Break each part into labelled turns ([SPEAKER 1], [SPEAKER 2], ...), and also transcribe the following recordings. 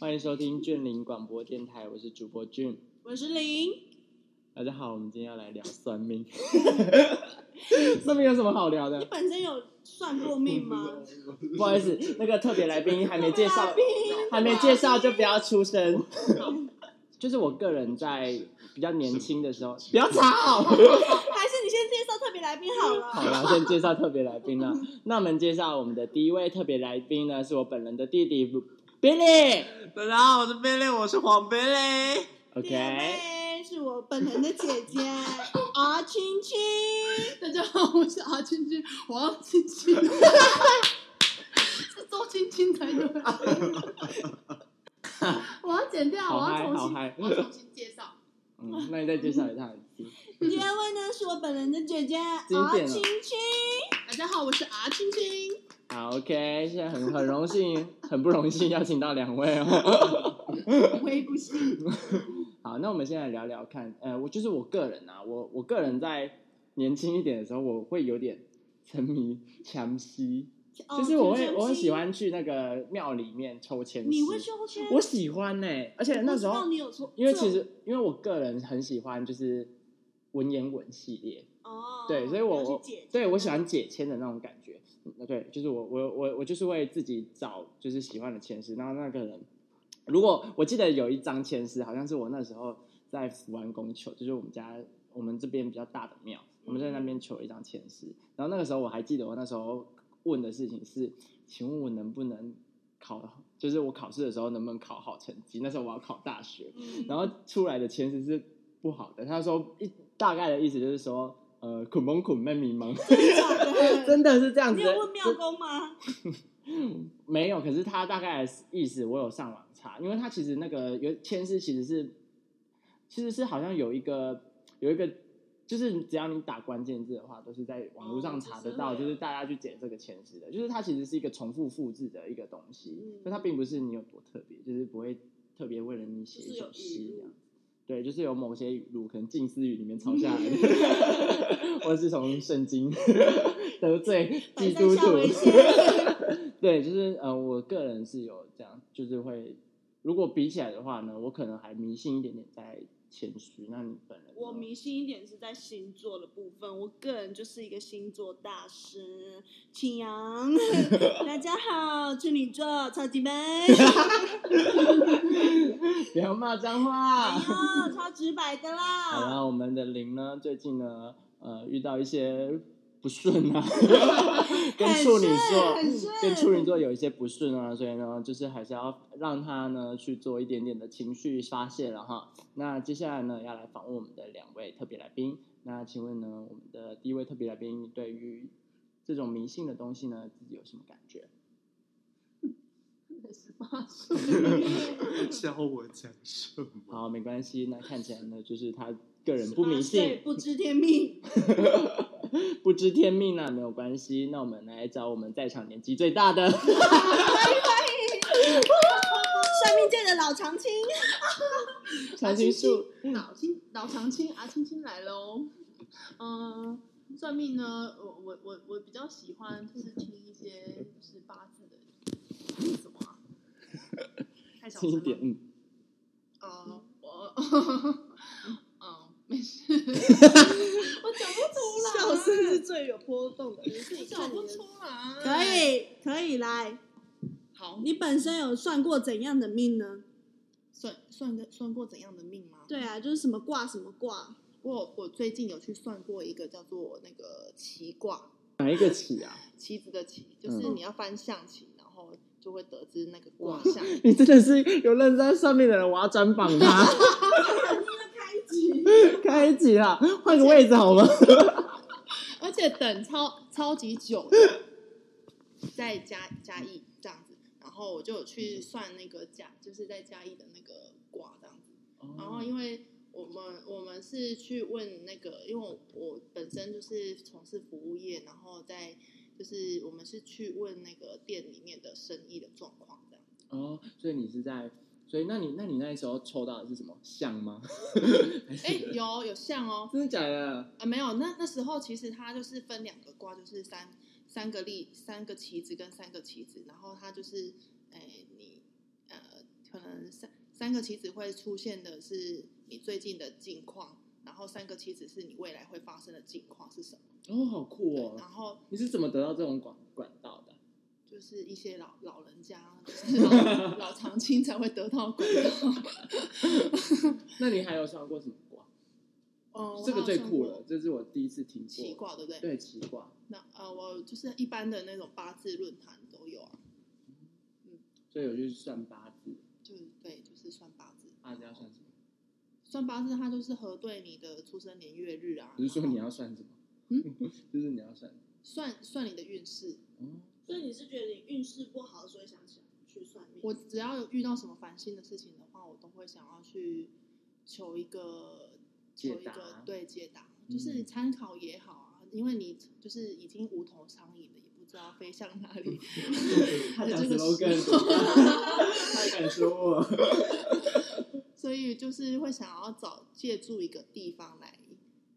[SPEAKER 1] 欢迎收听俊林广播电台，我是主播俊。
[SPEAKER 2] 我是零，
[SPEAKER 1] 大家好，我们今天要来聊算命。算命有什么好聊
[SPEAKER 2] 你
[SPEAKER 1] 的？
[SPEAKER 2] 本身有算过命吗？
[SPEAKER 1] 不好意思，那个特别来宾还没介绍
[SPEAKER 2] 特别，
[SPEAKER 1] 还没介绍就不要出声。就是我个人在比较年轻的时候，不要吵。
[SPEAKER 2] 还是你先介绍特别来宾好了？
[SPEAKER 1] 好啦，先介绍特别来宾了。那我们介绍我们的第一位特别来宾呢，是我本人的弟弟 Billy。
[SPEAKER 3] 大家好，我是贝勒，我是黄贝勒。
[SPEAKER 1] OK，
[SPEAKER 2] 姐妹是我本人的姐 姐啊，青青，
[SPEAKER 4] 大家好， 我是阿青青，王青青，是周青青才对。我要剪掉，
[SPEAKER 1] 好
[SPEAKER 4] 我
[SPEAKER 1] 嗨
[SPEAKER 4] 要重
[SPEAKER 1] 好
[SPEAKER 4] 新，
[SPEAKER 1] 嗨
[SPEAKER 4] 我要重新介绍。
[SPEAKER 1] 嗯，那你再介绍一下你自己。
[SPEAKER 2] 第二位呢是我本人的姐姐
[SPEAKER 1] 经
[SPEAKER 2] 啊，
[SPEAKER 1] 典了
[SPEAKER 2] 青青，
[SPEAKER 4] 大家好，我是阿青青。
[SPEAKER 1] 好，OK，现在很很荣幸，很不荣幸邀请到两位哦。
[SPEAKER 4] 我也不信，
[SPEAKER 1] 好，那我们现在来聊聊看，呃，我就是我个人啊，我我个人在年轻一点的时候，我会有点沉迷 强吸，
[SPEAKER 2] 哦
[SPEAKER 1] 就是我会
[SPEAKER 2] 青青
[SPEAKER 1] 我很喜欢去那个庙里面抽签诗。
[SPEAKER 2] 你会抽签？
[SPEAKER 1] 我喜欢呢、而且那时
[SPEAKER 2] 我知
[SPEAKER 1] 候
[SPEAKER 2] 道你有抽，
[SPEAKER 1] 因为其实因为我个人很喜欢就是文言文系列，
[SPEAKER 2] 哦，
[SPEAKER 1] 对，所以我
[SPEAKER 2] 要
[SPEAKER 1] 我
[SPEAKER 2] 去解决
[SPEAKER 1] 对我喜欢解签的那种感觉，嗯对，就是我我我我就是会自己找就是喜欢的签诗，然后那个人，如果我记得有一张签诗，好像是我那时候在福安宫求，就是我们家我们这边比较大的庙，我们在那
[SPEAKER 2] 嗯
[SPEAKER 1] 边求一张签诗，然后那个时候我还记得我那时候问的事情是，请问我能不能考，就是我考试的时候能不能考好成绩？那时候我要考大学，
[SPEAKER 2] 嗯
[SPEAKER 1] 然后出来的前十是不好的。他说一大概的意思就是说，呃，捆蒙捆妹迷茫， 真的是这样子
[SPEAKER 2] 你
[SPEAKER 1] 的。
[SPEAKER 2] 有问庙公吗？
[SPEAKER 1] 嗯没有，可是他大概的意思我有上网查，因为他其实那个呃有签诗其实是，其实是好像有一个有一个，就是只要你打关键字的话，都是在网络上查得到，
[SPEAKER 2] 哦就是
[SPEAKER 1] 就
[SPEAKER 2] 会有
[SPEAKER 1] 是大家去解这个签诗的，就是它其实是一个重复复制的一个东西
[SPEAKER 2] 嗯，
[SPEAKER 1] 但它并不是你有多特别，就是不会特别为了你写一首
[SPEAKER 2] 就是有
[SPEAKER 1] 诗
[SPEAKER 2] 语录
[SPEAKER 1] 这样。对，就是有某些语录，可能近似语里面抄下来的，或者是从圣经得罪
[SPEAKER 2] 百
[SPEAKER 1] 基
[SPEAKER 2] 善
[SPEAKER 1] 督
[SPEAKER 2] 孝
[SPEAKER 1] 徒
[SPEAKER 2] 为。先，
[SPEAKER 1] 对，就是呃，我个人是有这样，就是会，如果比起来的话呢，我可能还迷信一点点在谦虚。那你本人呢
[SPEAKER 2] 我迷信一点是在星座的部分，我个人就是一个星座大师，启阳。 大家好，处女座超级美，
[SPEAKER 1] 不要骂脏话。
[SPEAKER 2] 哎呦，超直白的
[SPEAKER 1] 好
[SPEAKER 2] 啦。
[SPEAKER 1] 啦，我们的林呢，最近呢，呃，遇到一些不顺 啊，跟处女座
[SPEAKER 2] 很顺，
[SPEAKER 1] 跟处女座有一些不顺啊，所以呢，就是还是要让他呢去做一点点的情绪发泄了哈。那接下来呢，要来访问我们的两位特别来宾。那请问呢，我们的第一位特别来宾，你对于这种迷信的东西呢，自己有什么感觉？
[SPEAKER 4] 十八岁，
[SPEAKER 3] 教我讲什么？
[SPEAKER 1] 好，没关系，那看起来呢，就是他个人不
[SPEAKER 2] 18
[SPEAKER 1] 迷
[SPEAKER 2] 岁
[SPEAKER 1] 信，
[SPEAKER 2] 啊不知天命。
[SPEAKER 1] 不知天命那、没有关系，那我们来找我们在场年纪最大 的，
[SPEAKER 2] 算命界的老长青，
[SPEAKER 1] 常青树。
[SPEAKER 4] 老青老长青阿青青来喽。嗯，算命呢，我我我我比较喜欢就是听一些就是八字的，什么、啊？太小
[SPEAKER 1] 轻
[SPEAKER 4] 声
[SPEAKER 1] 一
[SPEAKER 4] 了
[SPEAKER 1] 点，嗯，
[SPEAKER 4] 哦，我，嗯，没 事，我讲不出来，啊
[SPEAKER 2] 笑声是最有波动的，你自己
[SPEAKER 4] 我讲
[SPEAKER 2] 看
[SPEAKER 4] 不
[SPEAKER 2] 你的。
[SPEAKER 4] 出来，
[SPEAKER 2] 可，以，可以来。
[SPEAKER 4] 好，
[SPEAKER 2] 你本身有算过怎样的命呢？
[SPEAKER 4] 算算个算过怎样的命吗？，
[SPEAKER 2] 对啊，就是什么卦什么卦，
[SPEAKER 4] 我我最近有去算过一个叫做那个棋卦，
[SPEAKER 1] 哪一个起啊？
[SPEAKER 4] 棋子的棋，就是
[SPEAKER 1] 嗯
[SPEAKER 4] 你要翻象棋，然后就会得知那个卦
[SPEAKER 1] 哇
[SPEAKER 4] 象。
[SPEAKER 1] 你真的是有认真在上面的人，我要专访他，
[SPEAKER 2] 开启。
[SPEAKER 1] 开一集啦，换个位置好吗？
[SPEAKER 4] 而且等超超级久 的，在嘉嘉义这样子，然后我就有去算那个嘉，就是在嘉义的那个卦这样子。然后哦因为我们我们是去问那个，因为我我本身就是从事服务业，然后在就是我们是去问那个店里面的生意的状况这样。
[SPEAKER 1] 哦，所以你是在，所以那你那你那时候抽到的是什么象吗？
[SPEAKER 4] 哎，有有像哦，
[SPEAKER 1] 真的假的？
[SPEAKER 4] 啊，没有，那那时候其实它就是分两个卦，就是三三个例，三个棋子跟三个棋子，然后它就是，哎，你呃，可能能三三个棋子会出现的是你最近的境况，然后三个棋子是你未来会发生的境况是什么？
[SPEAKER 1] 哦，好酷
[SPEAKER 4] 对，
[SPEAKER 1] 哦！
[SPEAKER 4] 然后
[SPEAKER 1] 你是怎么得到这种管管道的？
[SPEAKER 4] 就是一些老老人家， 就是老老长青才会得到管道。
[SPEAKER 1] 那你还有算过什么卦？
[SPEAKER 4] 哦，
[SPEAKER 1] 这个最
[SPEAKER 4] 我还有
[SPEAKER 1] 酷
[SPEAKER 4] 算
[SPEAKER 1] 了，
[SPEAKER 4] 过，
[SPEAKER 1] 这是我第一次听过。
[SPEAKER 4] 七卦对不对？
[SPEAKER 1] 对奇卦，
[SPEAKER 4] 那呃，我就是一般的那种八字论坛都有啊，
[SPEAKER 1] 所以我就是算八字。
[SPEAKER 4] 就是对，就是算八字。
[SPEAKER 1] 八字要算什么？
[SPEAKER 4] 算八字，它就是核对你的出生年月日啊。
[SPEAKER 1] 不是说
[SPEAKER 4] 然后
[SPEAKER 1] 你要算什么？
[SPEAKER 4] 嗯，
[SPEAKER 1] 就是你要算。
[SPEAKER 4] 算算你的运势。
[SPEAKER 1] 哦，
[SPEAKER 2] 所以你是觉得你运势不好，所以想想去算命？
[SPEAKER 4] 我只要有遇到什么烦心的事情的话，我都会想要去求一个
[SPEAKER 1] 解
[SPEAKER 4] 求一个
[SPEAKER 1] 答
[SPEAKER 4] 对解答，
[SPEAKER 1] 嗯
[SPEAKER 4] 就是参考也好啊，因为你就是已经无头苍蝇了，也不知道飞向哪里。
[SPEAKER 1] 他
[SPEAKER 4] 的
[SPEAKER 1] 讲
[SPEAKER 4] 这个
[SPEAKER 1] slogan，太敢说 我。
[SPEAKER 4] 所以就是会想要找借助一个地方来，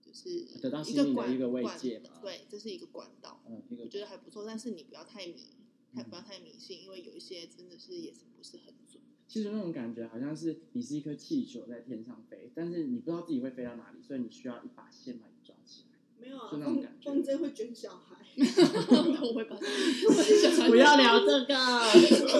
[SPEAKER 4] 就是
[SPEAKER 1] 啊得到心
[SPEAKER 4] 一个
[SPEAKER 1] 灵的
[SPEAKER 4] 管
[SPEAKER 1] 一个慰
[SPEAKER 4] 管
[SPEAKER 1] 藉嘛
[SPEAKER 4] 对，这是一个管道，
[SPEAKER 1] 嗯，那
[SPEAKER 4] 我
[SPEAKER 1] 个
[SPEAKER 4] 觉得还不错。但是你不要太迷，还
[SPEAKER 1] 嗯
[SPEAKER 4] 不要太迷信，因为有一些真的是也是不是很准。
[SPEAKER 1] 其实那种感觉好像是你是一颗气球在天上飞，但是你不知道自己会飞到哪里，所以你需要一把线把你抓起来。
[SPEAKER 2] 没有啊，
[SPEAKER 1] 就那种感
[SPEAKER 2] 风
[SPEAKER 1] 觉
[SPEAKER 2] 风筝会卷小孩，
[SPEAKER 4] 我会把不
[SPEAKER 1] 聊这个。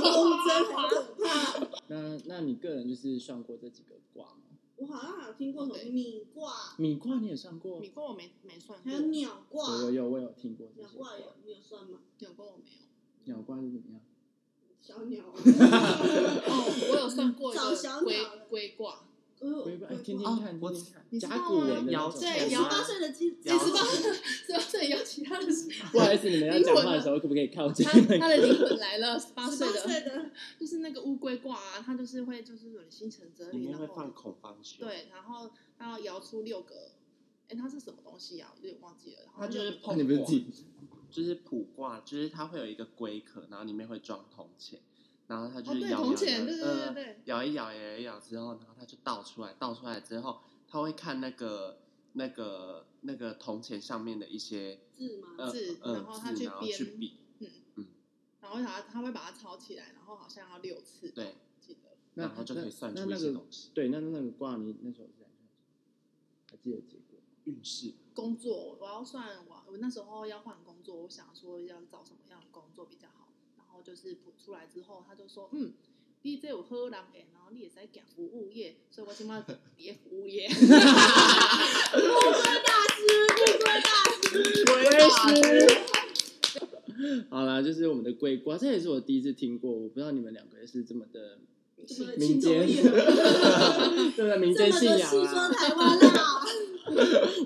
[SPEAKER 2] 风筝好可怕。
[SPEAKER 1] 那那你个人就是算过这几个卦吗？
[SPEAKER 2] 我好像还有听过什么米卦，
[SPEAKER 1] 米卦你也算过？
[SPEAKER 4] 米卦我没没算
[SPEAKER 2] 还
[SPEAKER 4] 过，
[SPEAKER 2] 有鸟卦，
[SPEAKER 1] 有有有，我有听过这
[SPEAKER 2] 鸟
[SPEAKER 1] 些
[SPEAKER 2] 卦有你有算吗？
[SPEAKER 4] 鸟卦我没有。
[SPEAKER 1] 鸟卦是怎么样？
[SPEAKER 2] 小鸟啊，
[SPEAKER 4] 哦，我有算过一
[SPEAKER 2] 找
[SPEAKER 4] 个
[SPEAKER 2] 小
[SPEAKER 4] 龟
[SPEAKER 2] 鸟了
[SPEAKER 4] 龟卦，
[SPEAKER 2] 哦
[SPEAKER 1] 龟卦，哎听听
[SPEAKER 2] 哎
[SPEAKER 1] 看，
[SPEAKER 3] 我
[SPEAKER 1] 听听看，
[SPEAKER 4] 你知道
[SPEAKER 1] 甲骨文的那
[SPEAKER 3] 吗
[SPEAKER 1] 种
[SPEAKER 4] 对
[SPEAKER 2] 十
[SPEAKER 4] 摇
[SPEAKER 2] 八岁的鸡，
[SPEAKER 3] 摇
[SPEAKER 4] 啊
[SPEAKER 2] 18
[SPEAKER 4] 是吧？这里有其他的事，
[SPEAKER 1] 不好意思，你们要讲话的时候可不可以靠近
[SPEAKER 4] 他
[SPEAKER 1] 那
[SPEAKER 4] 他
[SPEAKER 1] 个？
[SPEAKER 4] 的灵魂来了，十八
[SPEAKER 2] 十
[SPEAKER 4] 岁
[SPEAKER 2] 八岁
[SPEAKER 4] 的，
[SPEAKER 2] 的
[SPEAKER 4] 就是那个乌龟卦啊，它就是会就是有心诚则
[SPEAKER 3] 里
[SPEAKER 4] 灵，
[SPEAKER 3] 面
[SPEAKER 4] 然
[SPEAKER 3] 会放
[SPEAKER 4] 后
[SPEAKER 3] 恐方球，，
[SPEAKER 4] 对，然后它要摇出六个，哎，它是什么东西啊？我有点忘记了。然后
[SPEAKER 3] 它就是
[SPEAKER 1] 那
[SPEAKER 3] 碰
[SPEAKER 1] 你不是自己
[SPEAKER 3] 就是卜卦，就是它会有一个龟壳，然后里面会装铜钱，然后它就
[SPEAKER 4] 哦，
[SPEAKER 3] 是
[SPEAKER 4] 对，
[SPEAKER 3] 摇
[SPEAKER 4] 铜
[SPEAKER 3] 摇
[SPEAKER 4] 钱，
[SPEAKER 3] 摇，
[SPEAKER 4] 对对对对
[SPEAKER 3] 呃，
[SPEAKER 4] 对，
[SPEAKER 3] 摇一摇，摇一摇之后，然后它就倒出来，倒出来之后，它会看那个那个那个铜钱上面的一些
[SPEAKER 2] 字吗？
[SPEAKER 3] 呃
[SPEAKER 4] 字
[SPEAKER 3] 呃
[SPEAKER 4] 然后它
[SPEAKER 3] 字
[SPEAKER 4] 去
[SPEAKER 3] 然后
[SPEAKER 4] 编
[SPEAKER 3] 去比，
[SPEAKER 4] 嗯然后它它会把它抄起来，然后好像要六次，
[SPEAKER 3] 对，
[SPEAKER 4] 记得。
[SPEAKER 1] 那
[SPEAKER 3] 然后就可以算
[SPEAKER 1] 那
[SPEAKER 3] 出
[SPEAKER 1] 那
[SPEAKER 3] 一
[SPEAKER 1] 那
[SPEAKER 3] 些
[SPEAKER 1] 个
[SPEAKER 3] 东西。
[SPEAKER 1] 对，那那那个卦你那时候是在看什么还记得结果？
[SPEAKER 3] 运势
[SPEAKER 4] 工作，我要算我我那时候要换工作，我想说要找什么样的工作比较好。然后就是补出来之后，他就说，嗯，你这有喝人诶，然后你也在讲服务业，所以我今晚别服务业。
[SPEAKER 1] 好啦，就是我们的龟卦，这也是我第一次听过，我不知道你们两个是这么的
[SPEAKER 2] 怎么
[SPEAKER 1] 民
[SPEAKER 2] 轻松
[SPEAKER 1] 间，
[SPEAKER 2] 一
[SPEAKER 1] 对
[SPEAKER 2] 点
[SPEAKER 1] 不对？民间
[SPEAKER 2] 这么
[SPEAKER 1] 信
[SPEAKER 2] 多
[SPEAKER 1] 仰
[SPEAKER 2] 戏说
[SPEAKER 1] 啊！
[SPEAKER 2] 台湾啦，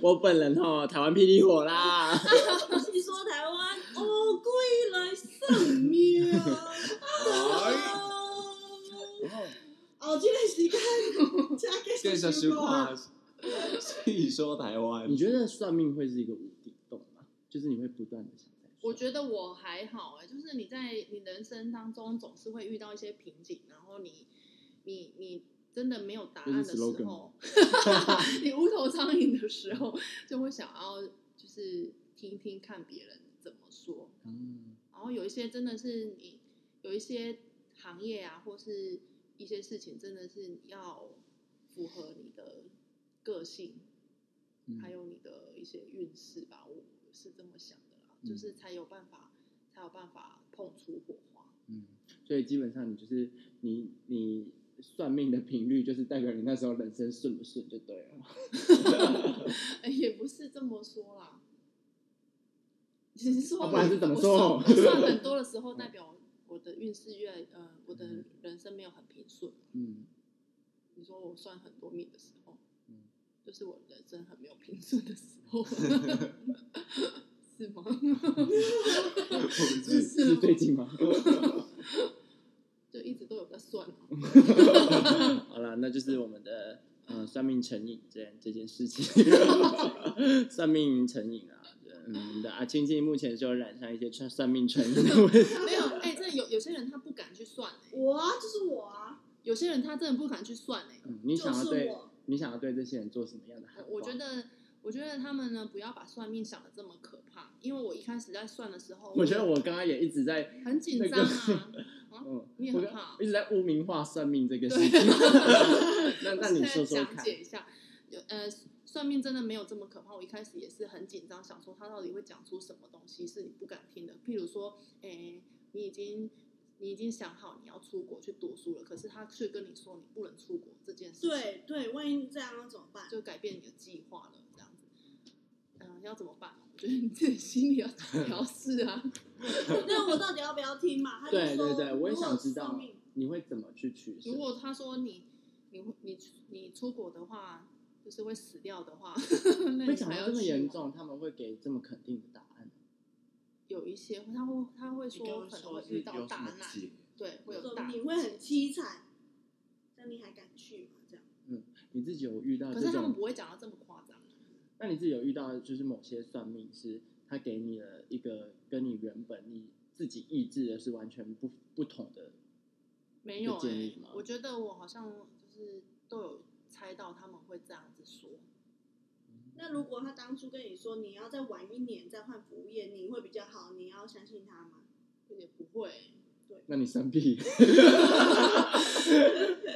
[SPEAKER 1] 我本人哦，台湾霹雳火啦！
[SPEAKER 2] 戏说台湾，哦，贵来圣庙。
[SPEAKER 1] 哎然后
[SPEAKER 2] 哦，这个时间，加个
[SPEAKER 3] 这
[SPEAKER 2] 小
[SPEAKER 3] 个
[SPEAKER 2] 时
[SPEAKER 3] 是
[SPEAKER 2] 光。
[SPEAKER 3] 话，细说台湾
[SPEAKER 1] 你，觉得算命会是一个无底洞吗？就是你会不断的想再
[SPEAKER 4] 我觉得我还好哎、就是你在你人生当中总是会遇到一些瓶颈，然后你你你真的没有答案的时
[SPEAKER 1] 这是 slogan
[SPEAKER 4] 候， 你无头苍蝇的时候，就会想要就是听听看别人怎么说。
[SPEAKER 1] 嗯，
[SPEAKER 4] 然后有一些真的是你有一些行业啊，或是一些事情，真的是你要符合你的个性，
[SPEAKER 1] 嗯
[SPEAKER 4] 还有你的一些运势吧，我是这么想的啦，
[SPEAKER 1] 嗯
[SPEAKER 4] 就是才有办法，才有办法碰出火花。
[SPEAKER 1] 嗯，所以基本上你就是你你算命的频率，就是代表你那时候人生顺不顺就对了。
[SPEAKER 4] 哎，也不是这么说啦，只是说
[SPEAKER 1] 啊不然是怎么说
[SPEAKER 4] 我我 算很多的时候，代表我的运势越呃，我的
[SPEAKER 1] 嗯
[SPEAKER 4] 人生没有很平顺。
[SPEAKER 1] 嗯，
[SPEAKER 4] 你说我算很多命的时候，
[SPEAKER 1] 嗯
[SPEAKER 4] 就是我人生很没有平顺的时 候，是吗？
[SPEAKER 1] 是 是最近吗？
[SPEAKER 4] 就一直都有在算啊、
[SPEAKER 1] 好了，那就是我们的嗯、呃算命成瘾这这件事情， 算命成瘾啊。对嗯，我们的阿青青目前是有染上一些算算命成瘾的问题。
[SPEAKER 4] 没有，哎、真的有有些人他不敢去算、哎，
[SPEAKER 2] 我啊，就是我啊，
[SPEAKER 4] 有些人他真的不敢去算、哎、
[SPEAKER 1] 嗯，你
[SPEAKER 2] 就
[SPEAKER 1] 想要
[SPEAKER 2] 是
[SPEAKER 1] 对
[SPEAKER 2] 我。
[SPEAKER 1] 你想要对这些人做什么样的喊
[SPEAKER 4] 呃
[SPEAKER 1] 话？
[SPEAKER 4] 我觉得。我觉得他们呢，不要把算命想的这么可怕，因为我一开始在算的时候，
[SPEAKER 1] 我觉得我刚刚也一直在
[SPEAKER 4] 很紧张啊，啊，
[SPEAKER 1] 嗯，
[SPEAKER 4] 你也
[SPEAKER 1] 我
[SPEAKER 4] 很
[SPEAKER 1] 刚
[SPEAKER 4] 怕
[SPEAKER 1] 一直在污名化算命这个事
[SPEAKER 4] 对
[SPEAKER 1] 情。 那那你说说
[SPEAKER 4] 现在讲
[SPEAKER 1] 看，
[SPEAKER 4] 解一下，有呃，算命真的没有这么可怕。我一开始也是很紧张，想说他到底会讲出什么东西是你不敢听的。譬如说，诶、你已经你已经想好你要出国去读书了，可是他却跟你说你不能出国这件事情，
[SPEAKER 2] 对对，万一这样要怎么办？
[SPEAKER 4] 就改变你的计划了，这样子。嗯、要怎么办呢？我觉得你自己心里要调试 啊。
[SPEAKER 2] 那我到底要不要听嘛？他就
[SPEAKER 1] 对
[SPEAKER 2] 说
[SPEAKER 1] 对对，我也
[SPEAKER 2] 如果
[SPEAKER 1] 想知道
[SPEAKER 2] 算命
[SPEAKER 1] 你会怎么去取舍
[SPEAKER 4] 如。果他说你你你你出国的话，就是会死掉的话，
[SPEAKER 1] 会
[SPEAKER 4] 那你
[SPEAKER 1] 讲
[SPEAKER 4] 还
[SPEAKER 1] 到
[SPEAKER 4] 要
[SPEAKER 1] 这么
[SPEAKER 4] 去
[SPEAKER 1] 严
[SPEAKER 4] 吗
[SPEAKER 1] 重，他们会给这么肯定的答案？
[SPEAKER 4] 有一些他会他会
[SPEAKER 3] 你刚
[SPEAKER 4] 说
[SPEAKER 3] 刚
[SPEAKER 4] 可能
[SPEAKER 3] 说
[SPEAKER 4] 会
[SPEAKER 3] 是
[SPEAKER 4] 遇到
[SPEAKER 3] 有
[SPEAKER 4] 大
[SPEAKER 3] 什么
[SPEAKER 4] 难，
[SPEAKER 3] 解？
[SPEAKER 4] 对，会有
[SPEAKER 2] 说
[SPEAKER 4] 大
[SPEAKER 2] 你
[SPEAKER 4] 难。
[SPEAKER 2] 会很凄惨，那你还敢去吗？这样
[SPEAKER 1] 你自己有遇到
[SPEAKER 4] 可
[SPEAKER 1] 这
[SPEAKER 4] 是他们
[SPEAKER 1] 种？
[SPEAKER 4] 不会讲到这么夸张。啊
[SPEAKER 1] 那你自己有遇到就是某些算命师，他给你了一个跟你原本你自己意志的是完全不不同的，
[SPEAKER 4] 没有
[SPEAKER 1] 有建
[SPEAKER 4] 哎
[SPEAKER 1] 议吗，
[SPEAKER 4] 我觉得我好像就是都有猜到他们会这样子说。
[SPEAKER 2] 那如果他当初跟你说你要再晚一年再换服务业，你会比较好，你要相信他
[SPEAKER 1] 嗯
[SPEAKER 2] 吗？
[SPEAKER 4] 也不会，
[SPEAKER 1] 那你生病。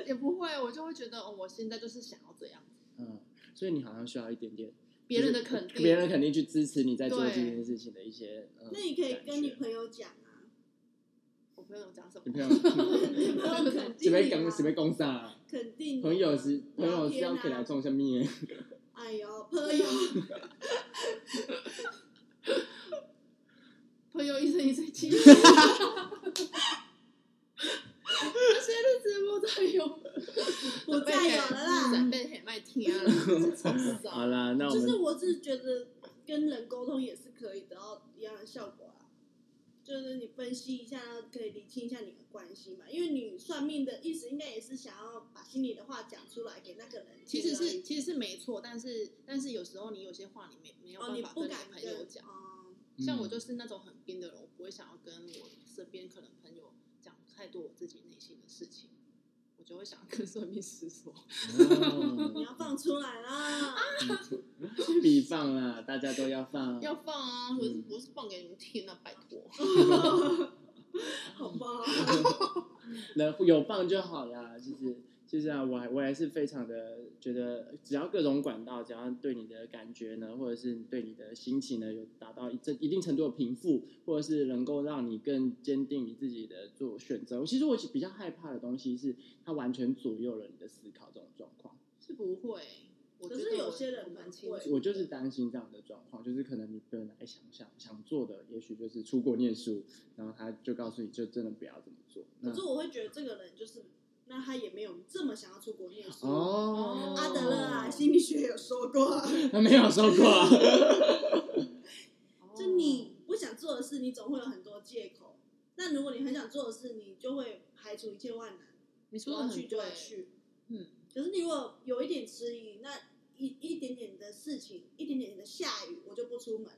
[SPEAKER 4] 也不会，我就会觉得，哦，我现在就是想要这样，
[SPEAKER 1] 嗯，所以你好像需要一点点
[SPEAKER 4] 别人的
[SPEAKER 1] 就是
[SPEAKER 4] 肯定，
[SPEAKER 1] 别人的肯定去支持你在做
[SPEAKER 4] 对
[SPEAKER 1] 这件事情的一些。嗯、
[SPEAKER 2] 那你可以跟
[SPEAKER 1] 感觉
[SPEAKER 2] 你朋友讲 啊，
[SPEAKER 4] 我朋友讲什么
[SPEAKER 1] 你？ 朋友，
[SPEAKER 2] 朋友肯
[SPEAKER 1] 随
[SPEAKER 2] 定
[SPEAKER 1] 便
[SPEAKER 2] 你
[SPEAKER 1] 讲
[SPEAKER 2] 啊，
[SPEAKER 1] 随便讲啥，
[SPEAKER 2] 肯定你啊
[SPEAKER 1] 朋友是朋友是要
[SPEAKER 2] 聊天啊
[SPEAKER 1] 给来种什么的？
[SPEAKER 2] 哎呦，朋友，
[SPEAKER 4] 朋友一生一世记。这些日子我再有，
[SPEAKER 2] 我再有了啦。
[SPEAKER 4] 准备很卖听 啊，真是死
[SPEAKER 1] 好啦，那我
[SPEAKER 2] 就
[SPEAKER 1] 们
[SPEAKER 2] 是我是觉得跟人沟通也是可以得到一样的效果啊，就是你分析一下，可以理清一下你的关系嘛。因为你算命的意思应该也是想要把心里的话讲出来给那个人
[SPEAKER 4] 其
[SPEAKER 2] 听而已，
[SPEAKER 4] 实是其实是没错，但是但是有时候你有些话你没没有
[SPEAKER 2] 哦，
[SPEAKER 4] 办
[SPEAKER 2] 你
[SPEAKER 4] 法
[SPEAKER 2] 不
[SPEAKER 4] 跟你
[SPEAKER 2] 敢
[SPEAKER 4] 朋友讲，
[SPEAKER 2] 哦
[SPEAKER 4] 像我
[SPEAKER 1] 嗯
[SPEAKER 4] 就是那种很冰的人，我不会想要跟我身边可能朋友讲太多我自己内心的事情，我就会想要跟算命师说。
[SPEAKER 1] 哦
[SPEAKER 2] 你要放出来 啦！
[SPEAKER 1] 必放啦，大家都要放。
[SPEAKER 4] 要放啊，
[SPEAKER 1] 嗯
[SPEAKER 4] 我是我是放给你们听啊，拜托。
[SPEAKER 2] 好吧，
[SPEAKER 1] 能有放就好啦，就是就是啊，我还我还是非常的觉得，只要各种管道，只要对你的感觉呢，或者是对你的心情呢，有达到一这一定程度的平复，或者是能够让你更坚定你自己的做选择。其实我比较害怕的东西是，它完全左右了你的思考这种状况。
[SPEAKER 4] 是不会，我
[SPEAKER 2] 可
[SPEAKER 4] 觉
[SPEAKER 2] 是
[SPEAKER 4] 得
[SPEAKER 2] 有
[SPEAKER 4] 我
[SPEAKER 2] 些人
[SPEAKER 4] 我蛮清
[SPEAKER 2] 会
[SPEAKER 4] 楚的，
[SPEAKER 1] 我就是担心这样的状况，就是可能你本来想想想做的，也许就是出国念书，然后他就告诉你就真的不要这么做。 那
[SPEAKER 2] 可是我会觉得这个人就是，那他也没有这么想要出国念书。
[SPEAKER 1] 哦，
[SPEAKER 2] 阿德勒啊，心理学有说过啊，
[SPEAKER 1] 他没有说过、
[SPEAKER 4] 哦
[SPEAKER 2] 就你不想做的事，你总会有很多借口。但如果你很想做的事，你就会排除一切万难，
[SPEAKER 4] 你
[SPEAKER 2] 我
[SPEAKER 4] 说的
[SPEAKER 2] 要
[SPEAKER 4] 很
[SPEAKER 2] 去就要
[SPEAKER 4] 对，
[SPEAKER 2] 去。
[SPEAKER 4] 嗯，
[SPEAKER 2] 可是你如果有一点迟疑，那一一点点的事情，一点点的下雨，我就不出门了。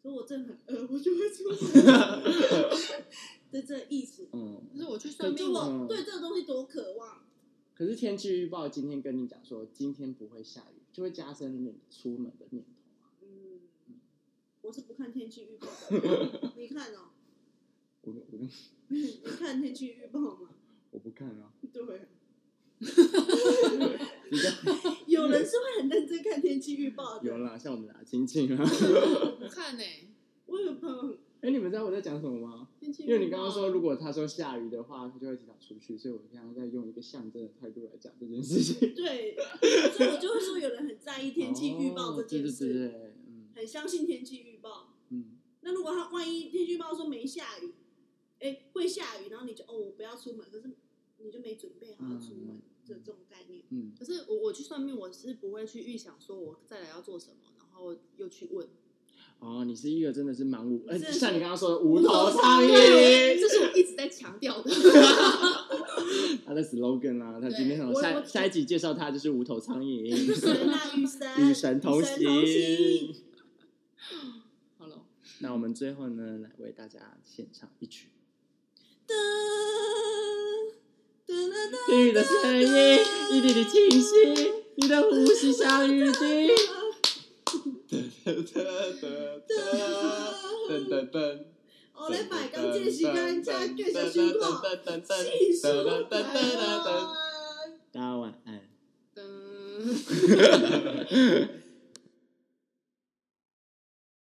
[SPEAKER 2] 所以我真的很饿，我就会出门。 的这个意思，
[SPEAKER 1] 嗯，
[SPEAKER 4] 就是我去算
[SPEAKER 1] 对
[SPEAKER 4] 命
[SPEAKER 1] 这，
[SPEAKER 2] 就我
[SPEAKER 1] 嗯
[SPEAKER 2] 对这个东西多渴望。
[SPEAKER 1] 可是天气预报今天跟你讲说今天不会下雨，就会加深你出门的念头啊。
[SPEAKER 2] 嗯，我是不看天气预报的，你看哦，
[SPEAKER 1] 我我
[SPEAKER 2] 你看天气预报吗？
[SPEAKER 1] 我不看啊，
[SPEAKER 2] 对，
[SPEAKER 1] 你看
[SPEAKER 2] 有人是会很认真看天气预报
[SPEAKER 1] 有
[SPEAKER 2] 的。
[SPEAKER 1] 啦，像我们俩亲亲啊。
[SPEAKER 4] 我 不看呢、
[SPEAKER 2] 我有朋友很，
[SPEAKER 1] 哎、你们知道我在讲什么吗？
[SPEAKER 2] 嗯
[SPEAKER 4] 天气
[SPEAKER 1] 因为你刚刚说，如
[SPEAKER 4] 果
[SPEAKER 1] 果他说下雨的话，他就会提早出去，所以我刚刚在用一个象征的态度来讲这件事情。
[SPEAKER 2] 对，所以我就会说有人很在意 天气预报这件
[SPEAKER 1] 哦对
[SPEAKER 2] 事，
[SPEAKER 1] 对对对，嗯
[SPEAKER 2] 很相信天气预报。
[SPEAKER 1] 嗯，
[SPEAKER 2] 那如果他万一天气预报说没下雨，哎，会下雨，然后你就哦，我不要出门，可是你就没准备好要出门
[SPEAKER 1] 嗯，
[SPEAKER 2] 这这种概念。
[SPEAKER 1] 嗯，
[SPEAKER 4] 可是我我去算命，我是不会去预想说我再来要做什么，然后又去问。
[SPEAKER 1] 哦，你是一个真的是盲无，哎、
[SPEAKER 2] 真的是
[SPEAKER 1] 像你刚刚说的无头苍
[SPEAKER 4] 对，
[SPEAKER 1] 蝇，
[SPEAKER 4] 这是我一直在强 调的。
[SPEAKER 1] 他的 slogan 啦、啊，他今天想
[SPEAKER 2] 对我
[SPEAKER 1] 下
[SPEAKER 2] 我
[SPEAKER 1] 下一集介绍他就是 无头苍
[SPEAKER 2] 雨
[SPEAKER 1] 蝇，
[SPEAKER 2] 神啊，雨神，
[SPEAKER 1] 与神同
[SPEAKER 2] 与神同行。
[SPEAKER 4] 好了，
[SPEAKER 1] 那我们最后呢，来为大家献唱一曲
[SPEAKER 2] 哒哒哒哒。
[SPEAKER 1] 听雨的声音，一滴的清晰，你的呼吸像雨滴。
[SPEAKER 3] 噔噔噔噔噔噔噔，
[SPEAKER 2] 哦，来买刚见习干加月小情况，细数来
[SPEAKER 1] 大家晚安。
[SPEAKER 4] 噔，